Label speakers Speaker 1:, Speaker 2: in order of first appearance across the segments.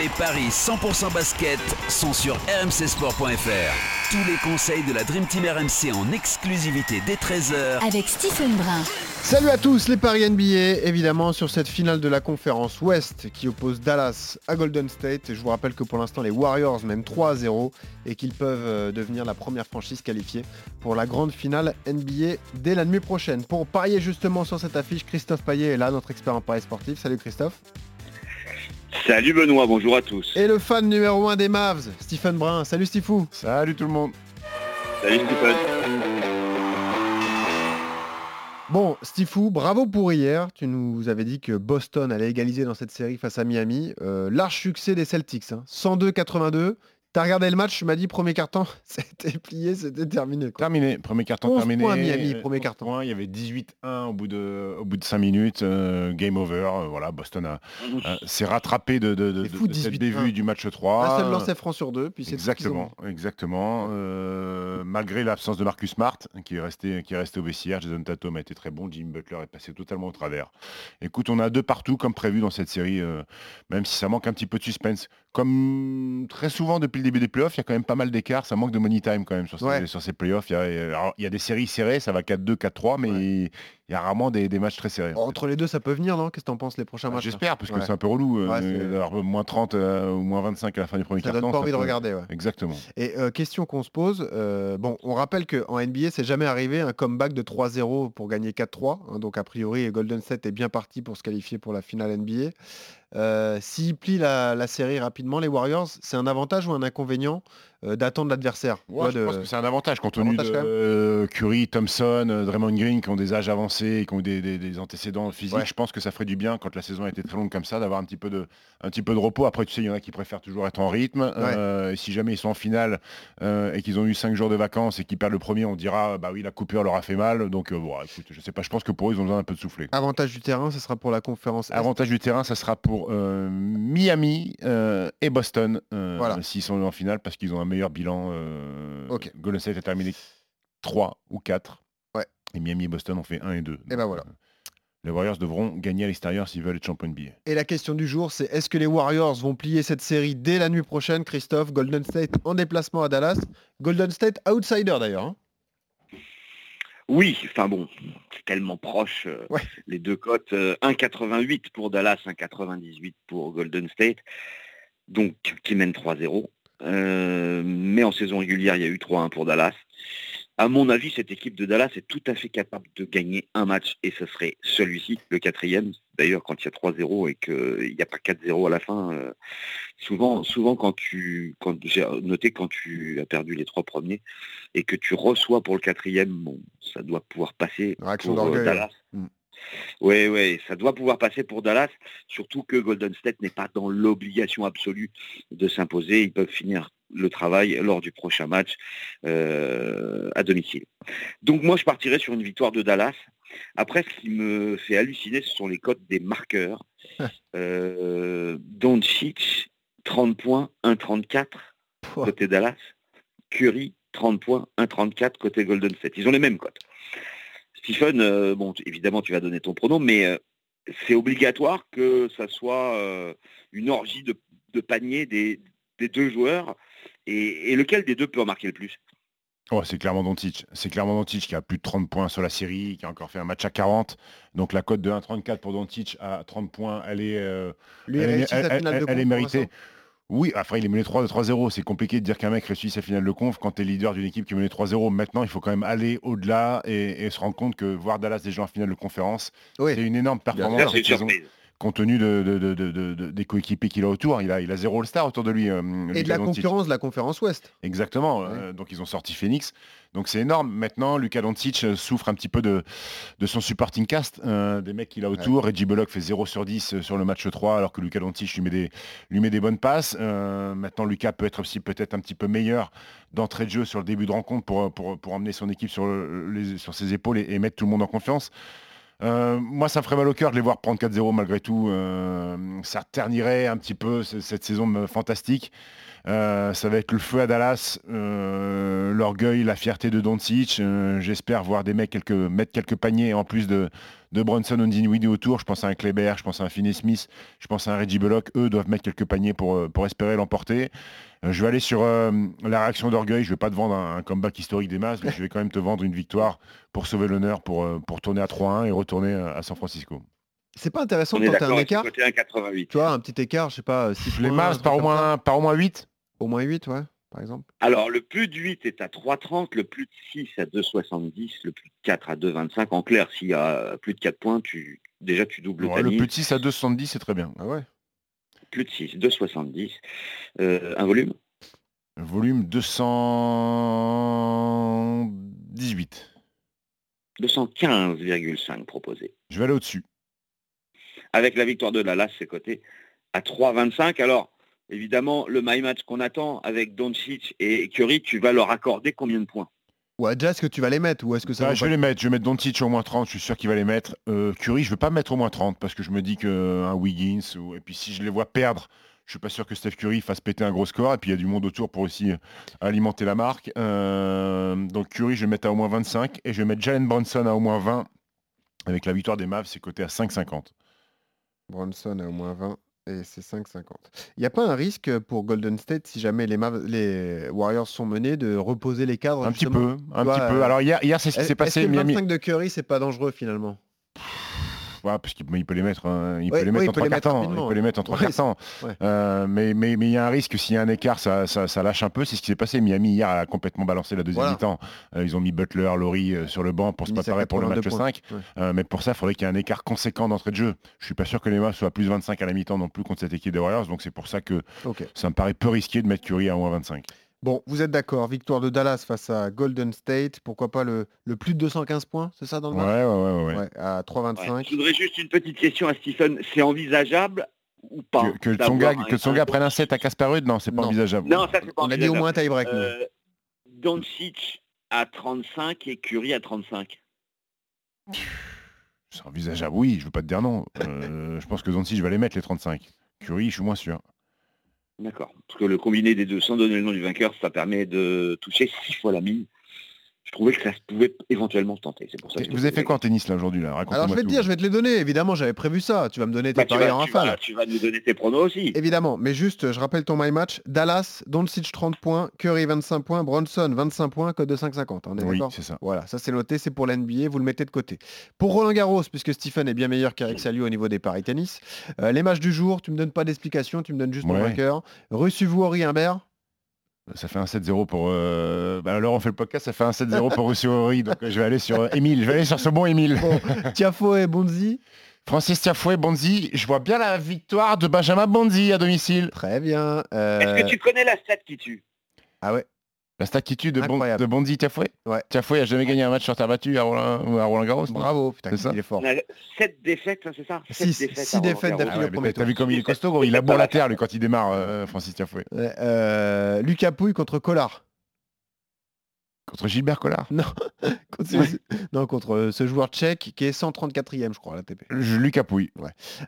Speaker 1: Les paris 100% basket sont sur rmcsport.fr. Tous les conseils de la Dream Team RMC en exclusivité dès 13h
Speaker 2: Avec Stephen Brun.
Speaker 3: Salut à tous, les paris NBA, évidemment, sur cette finale de la conférence Ouest qui oppose Dallas à Golden State. Je vous rappelle que pour l'instant, les Warriors mènent 3 à 0 et qu'ils peuvent euh, devenir la première franchise qualifiée pour la grande finale NBA dès la nuit prochaine. Pour parier justement sur cette affiche, Christophe Paillet est là, notre expert en paris sportif. Salut Christophe.
Speaker 4: Salut Benoît, bonjour à tous.
Speaker 3: Et le fan numéro 1 des Mavs, Stephen Brun. Salut Stifou.
Speaker 5: Salut tout le monde.
Speaker 4: Salut Stephen.
Speaker 3: Bon, Stifou, bravo pour hier. Tu nous avais dit que Boston allait égaliser dans cette série face à Miami. Euh, large succès des Celtics, hein. 102-82. T'as regardé le match, tu m'as dit premier carton, c'était plié, c'était terminé. quoi.
Speaker 5: Terminé, premier carton
Speaker 3: 11
Speaker 5: terminé.
Speaker 3: points Miami, premier
Speaker 5: 11
Speaker 3: carton.
Speaker 5: points, il y avait 18-1 au bout de au bout de 5 minutes, euh, game over, euh, voilà, Boston a- a- s'est rattrapé de de, de,
Speaker 3: C'est fou,
Speaker 5: de cette
Speaker 3: 18-1.
Speaker 5: bévue du match 3.
Speaker 3: Un seul lancer franc sur deux, puis c'est tout ce qu'ils ont
Speaker 5: Ah. Exactement, exactement. Euh, malgré l'absence de Marcus Smart, qui est resté, qui est resté au vestiaire, Jason Tatum a été très bon, Jim Butler est passé totalement au travers. Écoute, on a deux partout comme prévu dans cette série, euh, même si ça manque un petit peu de suspense. Comme très souvent depuis le début des playoffs, il y a quand même pas mal d'écarts, ça manque de money time quand même sur ces,
Speaker 3: Ouais.
Speaker 5: sur ces playoffs. Il y, a, alors, il y a des séries serrées, ça va 4-2, 4-3, mais
Speaker 3: Ouais.
Speaker 5: il y a rarement des, des matchs très serrés.
Speaker 3: dit. Entre les deux, ça peut venir, non Qu'est-ce que t'en penses les prochains
Speaker 5: Ah,
Speaker 3: matchs là
Speaker 5: J'espère, parce que
Speaker 3: Ouais.
Speaker 5: c'est un peu relou. euh,
Speaker 3: Ouais, c'est-
Speaker 5: d'avoir moins 30 euh, ou moins 25 à la fin du premier
Speaker 3: Ça
Speaker 5: quart-temps,
Speaker 3: donne pas envie de
Speaker 5: peut-
Speaker 3: regarder, ouais.
Speaker 5: Exactement.
Speaker 3: Et euh, question qu'on se pose, euh, bon, on rappelle qu'en NBA, c'est jamais arrivé un comeback de 3-0 pour gagner 4-3. hein, donc, a priori, Golden State est bien parti pour se qualifier pour la finale NBA. Euh, S'ils plient la, la série rapidement, les Warriors, c'est un avantage ou un inconvénient euh, d'attendre l'adversaire tu
Speaker 5: Ouais,
Speaker 3: vois,
Speaker 5: je
Speaker 3: de-
Speaker 5: pense que c'est un avantage compte tenu
Speaker 3: Avantage
Speaker 5: de
Speaker 3: quand même.
Speaker 5: euh, Curry, Thompson, euh, Draymond Green qui ont des âges avancés, et qui ont des, des- des antécédents physiques.
Speaker 3: Ouais.
Speaker 5: Je pense que ça ferait du bien quand la saison a été très longue comme ça d'avoir un petit peu de un petit peu de repos. Après, tu sais, il y en a qui préfèrent toujours être en rythme. Euh, et si jamais ils sont en finale euh, et qu'ils ont eu cinq jours de vacances et qu'ils perdent le premier, on dira bah oui la coupure leur a fait mal. Donc euh, bon, écoute, je sais pas. Je pense que pour eux ils ont besoin d'un peu de souffler.
Speaker 3: Avantage du terrain, ce sera pour la conférence. Est.
Speaker 5: Avantage du terrain, ça sera pour euh, Miami euh, et Boston euh,
Speaker 3: Voilà.
Speaker 5: s'ils sont en finale parce qu'ils ont un meilleur bilan. euh,
Speaker 3: Ok.
Speaker 5: Golden State a terminé 3 ou 4.
Speaker 3: Ouais.
Speaker 5: Et Miami et Boston ont fait 1 et 2.
Speaker 3: Eh ben voilà.
Speaker 5: les Warriors devront gagner à l'extérieur s'ils veulent être champion NBA.
Speaker 3: Et la question du jour, c'est est-ce que les Warriors vont plier cette série dès la nuit prochaine, Christophe Golden State en déplacement à Dallas. Golden State outsider d'ailleurs. hein.
Speaker 4: Oui, enfin bon, c'est tellement proche. euh,
Speaker 3: Ouais.
Speaker 4: Les deux cotes, euh, 1,88 pour Dallas, 1,98 pour Golden State, donc qui mène 3-0. Euh, mais en saison régulière, il y a eu 3-1 pour Dallas. À mon avis, cette équipe de Dallas est tout à fait capable de gagner un match, et ce serait celui-ci, le quatrième. D'ailleurs, quand il y a 3-0 et qu'il n'y a pas 4-0 à la fin, euh, souvent, souvent quand tu, quand j'ai noté quand tu as perdu les trois premiers, et que tu reçois pour le quatrième, bon, ça doit pouvoir passer
Speaker 5: Oh,
Speaker 3: Réaction
Speaker 4: pour euh,
Speaker 3: d'orgueil,
Speaker 4: Dallas.
Speaker 3: ouais. Mm.
Speaker 4: Oui, oui, ça doit pouvoir passer pour Dallas, surtout que Golden State n'est pas dans l'obligation absolue de s'imposer. Ils peuvent finir le travail lors du prochain match euh, à domicile. Donc moi, je partirais sur une victoire de Dallas. Après, ce qui me fait halluciner, ce sont les cotes des marqueurs. euh, Doncic, 30 points, 1,34
Speaker 3: Pouah.
Speaker 4: côté Dallas. Curry, 30 points, 1,34 côté Golden State. Ils ont les mêmes cotes. Stephen, euh, bon, tu- évidemment, tu vas donner ton pronom, mais euh, c'est obligatoire que ça soit euh, une orgie de, de panier des, des deux joueurs. Et, et lequel des deux peut en marquer le plus
Speaker 5: Oh, c'est clairement Doncic. C'est clairement Doncic qui a plus de 30 points sur la série, qui a encore fait un match à 40. Donc la cote de 1,34 pour Doncic à 30 points, elle est, euh,
Speaker 3: Lui il
Speaker 5: elle, est-
Speaker 3: réussit
Speaker 5: elle-
Speaker 3: sa finale
Speaker 5: elle-
Speaker 3: de hein.
Speaker 5: elle est
Speaker 3: conf pour
Speaker 5: méritée.
Speaker 3: l'instant.
Speaker 5: Oui, enfin, il est mené 3 de 3-0. C'est compliqué de dire qu'un mec réussit sa finale de conf quand tu es leader d'une équipe qui est menée 3-0. Maintenant, il faut quand même aller au-delà et, et se rendre compte que voir Dallas déjà en finale de conférence,
Speaker 3: Oui.
Speaker 5: c'est une énorme
Speaker 3: sûr.
Speaker 5: performance
Speaker 4: Ça, c'est
Speaker 5: cette
Speaker 4: une
Speaker 5: saison.
Speaker 4: surprise.
Speaker 5: compte tenu de, de- de- de- de- de- des coéquipiers qu'il a autour. Il a, il a zéro All-Star autour de lui. euh,
Speaker 3: Et de
Speaker 5: Luka
Speaker 3: la
Speaker 5: Doncic.
Speaker 3: concurrence de la conférence Ouest.
Speaker 5: Exactement.
Speaker 3: Ouais.
Speaker 5: euh, donc ils ont sorti Phoenix. Donc c'est énorme. Maintenant, Luka Doncic euh, souffre un petit peu de, de son supporting cast, euh, des mecs qu'il a autour. Reggie Bullock fait 0 sur 10 sur le match 3, alors que Luka Doncic lui met des, lui met des bonnes passes. Euh, maintenant, Luka peut être aussi peut-être un petit peu meilleur d'entrée de jeu sur le début de rencontre pour, pour, pour emmener son équipe sur, le- les- sur ses épaules et, et mettre tout le monde en confiance. Euh, moi, ça me ferait mal au cœur de les voir prendre 4-0 malgré tout. Euh, ça ternirait un petit peu ce- cette saison euh, fantastique. Euh, ça va être le feu à Dallas, euh, l'orgueil, la fierté de Doncic. Euh, J'espère voir des mecs quelques, mettre quelques paniers en plus de, de Bronson Ondinwiddie autour. Je pense à un Kleber, je pense à un Finney Smith, je pense à un Reggie Bullock. Eux doivent mettre quelques paniers pour, euh, pour espérer l'emporter. Euh, je vais aller sur euh, la réaction d'orgueil. Je ne vais pas te vendre un, un comeback historique des masses, mais je vais quand même te vendre une victoire pour sauver l'honneur, pour, euh, pour tourner à 3-1 et retourner euh, à San Francisco.
Speaker 3: C'est pas intéressant
Speaker 4: On
Speaker 3: de
Speaker 4: est
Speaker 3: tenter
Speaker 4: d'accord
Speaker 3: un
Speaker 4: avec ce
Speaker 3: écart
Speaker 4: côté 1,88.
Speaker 3: Tu vois, hein un petit écart, je sais pas, euh, 6
Speaker 5: Les masses par au moins, par au moins 8
Speaker 3: Au moins 8, ouais, par exemple.
Speaker 4: Alors, le plus de 8 est à 3,30, le plus de 6 à 2,70, le plus de 4 à 2,25. En clair, s'il y a plus de 4 points, tu, déjà tu doubles
Speaker 5: Ouais,
Speaker 4: ta
Speaker 5: Le
Speaker 4: mise.
Speaker 5: petit, à 270, c'est très bien.
Speaker 3: Ah ouais.
Speaker 4: Plus de 6, 2,70. Euh, un volume
Speaker 5: Volume 218.
Speaker 4: 215,5 proposé.
Speaker 5: Je vais aller au-dessus.
Speaker 4: avec la victoire de Dallas, c'est coté à 3,25. Alors, évidemment, le my match qu'on attend avec Doncic et Curry, tu vas leur accorder combien de points
Speaker 3: Ou à déjà, est-ce que tu vas les mettre Ou est-ce que ça
Speaker 5: Ah,
Speaker 3: va
Speaker 5: je vais les mettre. Je vais mettre Doncic au moins 30. Je suis sûr qu'il va les mettre. Euh, Curry, je ne veux pas mettre au moins 30 parce que je me dis qu'un Wiggins ou... et puis si je les vois perdre, je suis pas sûr que Steph Curry fasse péter un gros score. Et puis il y a du monde autour pour aussi euh, alimenter la marque. Euh, donc Curry, je vais mettre à au moins 25 et je vais mettre Jalen Bronson à au moins 20. Avec la victoire des Mavs, c'est coté à 5,50.
Speaker 3: Bronson à au moins 20 et c'est 5,50. Il n'y a pas un risque pour Golden State si jamais les, Mav- les Warriors sont menés de reposer les cadres
Speaker 5: Un petit
Speaker 3: justement
Speaker 5: peu, un
Speaker 3: Tu vois,
Speaker 5: petit peu.
Speaker 3: euh,
Speaker 5: Alors hier, hier c'est ce qui
Speaker 3: Est-ce
Speaker 5: s'est passé.
Speaker 3: que le
Speaker 5: Miami,
Speaker 3: 25 de Curry, c'est pas dangereux finalement
Speaker 5: Ouais, parce qu'il il peut les mettre, hein, il
Speaker 3: Ouais,
Speaker 5: peut les
Speaker 3: ouais,
Speaker 5: mettre
Speaker 3: il
Speaker 5: en
Speaker 3: peut
Speaker 5: trois
Speaker 3: les
Speaker 5: quarts
Speaker 3: mettre
Speaker 5: temps.
Speaker 3: rapidement.
Speaker 5: Il peut les mettre en trois
Speaker 3: Ouais,
Speaker 5: quarts temps.
Speaker 3: c'est- ouais.
Speaker 5: Euh, mais mais- mais il y a un risque s'il y a un écart, ça, ça, ça lâche un peu. C'est ce qui s'est passé. Miami hier a complètement balancé la deuxième
Speaker 3: Voilà.
Speaker 5: mi-temps. Euh, ils ont mis Butler, Laurie euh, sur le banc pour se
Speaker 3: Ils finissent à
Speaker 5: préparer pour le
Speaker 3: 82
Speaker 5: match
Speaker 3: points.
Speaker 5: 5.
Speaker 3: Ouais.
Speaker 5: Euh, mais pour ça, il faudrait qu'il y ait un écart conséquent d'entrée de jeu. Je suis pas sûr que les Mavs soient à plus 25 à la mi-temps non plus contre cette équipe des Warriors. Donc c'est pour ça que
Speaker 3: Ok.
Speaker 5: ça me paraît peu risqué de mettre Curry à moins 25.
Speaker 3: Bon, vous êtes d'accord, victoire de Dallas face à Golden State, pourquoi pas le, le plus de 215 points, c'est ça dans le
Speaker 5: Ouais, ouais,
Speaker 3: match
Speaker 5: ouais, ouais, ouais.
Speaker 3: Ouais, à
Speaker 4: Ouais.
Speaker 3: 3,25.
Speaker 4: Je voudrais juste une petite question à Stephen. C'est envisageable ou pas
Speaker 5: Que, que son
Speaker 4: d'avoir
Speaker 5: gars,
Speaker 4: un-
Speaker 5: que son gars prenne un 7 à Casparud, non, c'est pas
Speaker 3: Non.
Speaker 5: envisageable.
Speaker 4: Non, ça c'est pas
Speaker 3: On a dit au
Speaker 4: envisageable.
Speaker 3: moins un tie-break. nous.
Speaker 4: Euh, Doncic à 35 et Curry à 35.
Speaker 5: C'est envisageable, oui, je veux pas te dire non. Euh, je pense que Doncic va les mettre les 35. Curry, je suis moins sûr.
Speaker 4: D'accord. Parce que le combiné des deux, sans donner le nom du vainqueur, ça permet de toucher six fois la mine. Je trouvais que ça se pouvait éventuellement se tenter. C'est pour ça que je te
Speaker 5: Vous avez fait
Speaker 4: posais
Speaker 5: quoi en tennis là aujourd'hui là Racontez-moi
Speaker 3: Alors je vais te
Speaker 5: tout.
Speaker 3: dire, je vais te les donner, évidemment, j'avais prévu ça, tu vas me donner tes
Speaker 4: Bah, tu,
Speaker 3: paris en
Speaker 4: vas, tu,
Speaker 3: rafale.
Speaker 4: vas, tu vas nous donner tes pronos aussi.
Speaker 3: Évidemment, mais juste, je rappelle ton my match. Dallas, Doncic 30 points, Curry 25 points, Bronson 25 points, code de 5,50. On est
Speaker 5: Oui,
Speaker 3: d'accord
Speaker 5: c'est ça.
Speaker 3: Voilà, ça c'est noté, c'est pour la NBA, vous le mettez de côté. Pour Roland Garros, puisque Stephen est bien meilleur qu'Eric Salio au niveau des paris tennis, euh, les matchs du jour, tu me donnes pas d'explication, tu me donnes juste
Speaker 5: Ouais.
Speaker 3: ton vainqueur. Reçu-vous Henri Imbert
Speaker 5: Ça fait un 7-0 pour. euh, bah, alors on fait le podcast, ça fait un 7-0 pour Rousseau Horry. Donc euh, je vais aller sur euh, Émile. Je vais aller sur ce bon Émile.
Speaker 3: Bon, Tiafo et Bonzi
Speaker 5: Francis Tiafoué, Bonzi. Je vois bien la victoire de Benjamin Bonzi à domicile.
Speaker 3: Très bien. euh,
Speaker 4: Est-ce que tu connais la stat qui tue
Speaker 3: Ah ouais,
Speaker 5: La statitude de, Bon-
Speaker 3: Incroyable.
Speaker 5: de Bonzi Tiafoué.
Speaker 3: Ouais.
Speaker 5: Tiafoué a jamais gagné un match sur terre battue à Roland, à Roland Garros. non
Speaker 3: bravo, putain,
Speaker 5: Oh, C'est ça
Speaker 3: il est fort.
Speaker 4: On a 7 défaites, hein, c'est ça Sept
Speaker 3: Six- six
Speaker 4: à Roland
Speaker 3: défaites
Speaker 4: Garros.
Speaker 5: Ah
Speaker 3: d'affilée.
Speaker 5: ouais,
Speaker 3: Le
Speaker 5: mais
Speaker 3: premier
Speaker 5: T'as t'as vu
Speaker 3: tour.
Speaker 5: comme il est costaud, gros, il
Speaker 4: C'est
Speaker 5: aboie
Speaker 4: pas
Speaker 5: la
Speaker 4: la
Speaker 5: terre lui quand il démarre, euh, Francis Tiafoué.
Speaker 3: Euh, euh, Lucas Pouille contre Collard.
Speaker 5: Contre Gilbert Collard.
Speaker 3: Contre ce- Non, contre euh, ce joueur tchèque qui est 134e, je crois, à l'ATP.
Speaker 5: Je- Lucas Pouille.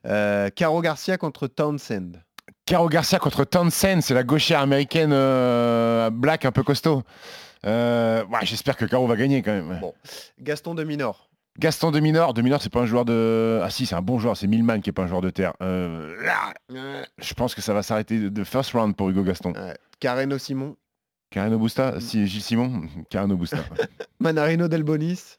Speaker 3: Euh, Caro Garcia contre Townsend.
Speaker 5: Caro Garcia contre Townsend, c'est la gauchère américaine euh, black un peu costaud. Euh, ouais, J'espère que Caro va gagner quand même.
Speaker 3: Bon. Gaston de Minor.
Speaker 5: Gaston de Minor, de Minor c'est pas un joueur de... Ah si c'est un bon joueur, c'est Milman qui est pas un joueur de terre. Euh, là, je pense que ça va s'arrêter de- de first round pour Hugo Gaston.
Speaker 3: Carreno Simon.
Speaker 5: Carino Busta, si Gilles Simon, Carino Busta.
Speaker 3: Manarino Delbonis.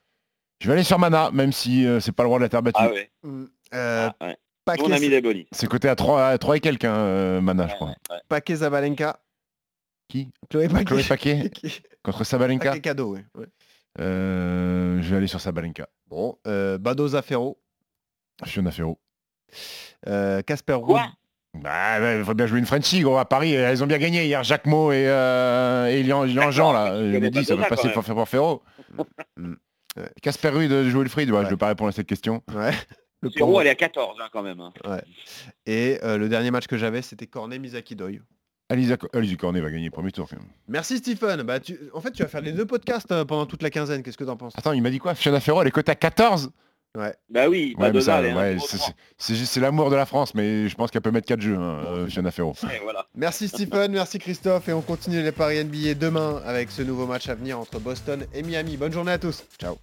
Speaker 5: je vais aller sur Mana, même si euh, c'est pas le roi de la terre battue.
Speaker 4: Ah ouais.
Speaker 3: Mm,
Speaker 4: Ah
Speaker 3: euh,
Speaker 4: ouais.
Speaker 3: Paquet-
Speaker 4: Mon ami Deboli.
Speaker 5: C'est côté à 3, à 3 et quelques, hein, euh, Mana je crois.
Speaker 3: Paquet Zabalenka.
Speaker 5: Qui
Speaker 3: Chloé Paquet.
Speaker 5: Chloé Paquet
Speaker 3: Paquet-
Speaker 5: contre Sabalenka.
Speaker 3: Paquet cadeau, ouais. Ouais.
Speaker 5: Euh, je vais aller sur Sabalenka.
Speaker 3: Bon, euh, Badoza Ferro.
Speaker 5: Fiona Ferro.
Speaker 3: Euh, Casper
Speaker 4: Quoi
Speaker 3: Ruud-
Speaker 5: Bah, il faut bien jouer une Frenchie, gros, à Paris. euh, Elles ont bien gagné hier, Jacquemot et, euh, et Lian, Lian Jean, là. Je
Speaker 4: Il y
Speaker 5: l'ai
Speaker 4: avait
Speaker 5: dit, ça
Speaker 4: Madonna,
Speaker 5: va passer
Speaker 4: quand
Speaker 5: pour pour Ferro.
Speaker 3: Mm. Ouais.
Speaker 5: Casper Ruud, euh, Joël Fried, ouais,
Speaker 3: Ouais.
Speaker 5: je ne vais pas répondre à cette question.
Speaker 3: Ouais. Le
Speaker 4: Zéro,
Speaker 3: pauvre.
Speaker 4: elle est à 14 hein, quand même. hein.
Speaker 3: Et euh, le dernier match que j'avais, c'était Cornet Misaki Doi.
Speaker 5: Alisa, Alisa Cornet va gagner premier tour. quand même.
Speaker 3: Merci Stephen. Bah, tu... En fait, tu vas faire les deux podcasts euh, pendant toute la quinzaine. Qu'est-ce que t'en penses
Speaker 5: Attends, il m'a dit quoi Fiona Ferro, elle est cotée à 14
Speaker 4: Bah oui,
Speaker 5: Ouais, mais
Speaker 4: Madonna,
Speaker 5: ça,
Speaker 4: elle est un
Speaker 5: ouais,
Speaker 4: gros
Speaker 5: c'est-
Speaker 4: franc.
Speaker 5: c'est- c'est juste- c'est l'amour de la France, mais je pense qu'elle peut mettre 4 jeux, hein, euh, Fiona Ferro.
Speaker 4: Et voilà.
Speaker 3: Merci Stephen, merci Christophe. Et on continue les paris NBA demain avec ce nouveau match à venir entre Boston et Miami. Bonne journée à tous. Ciao.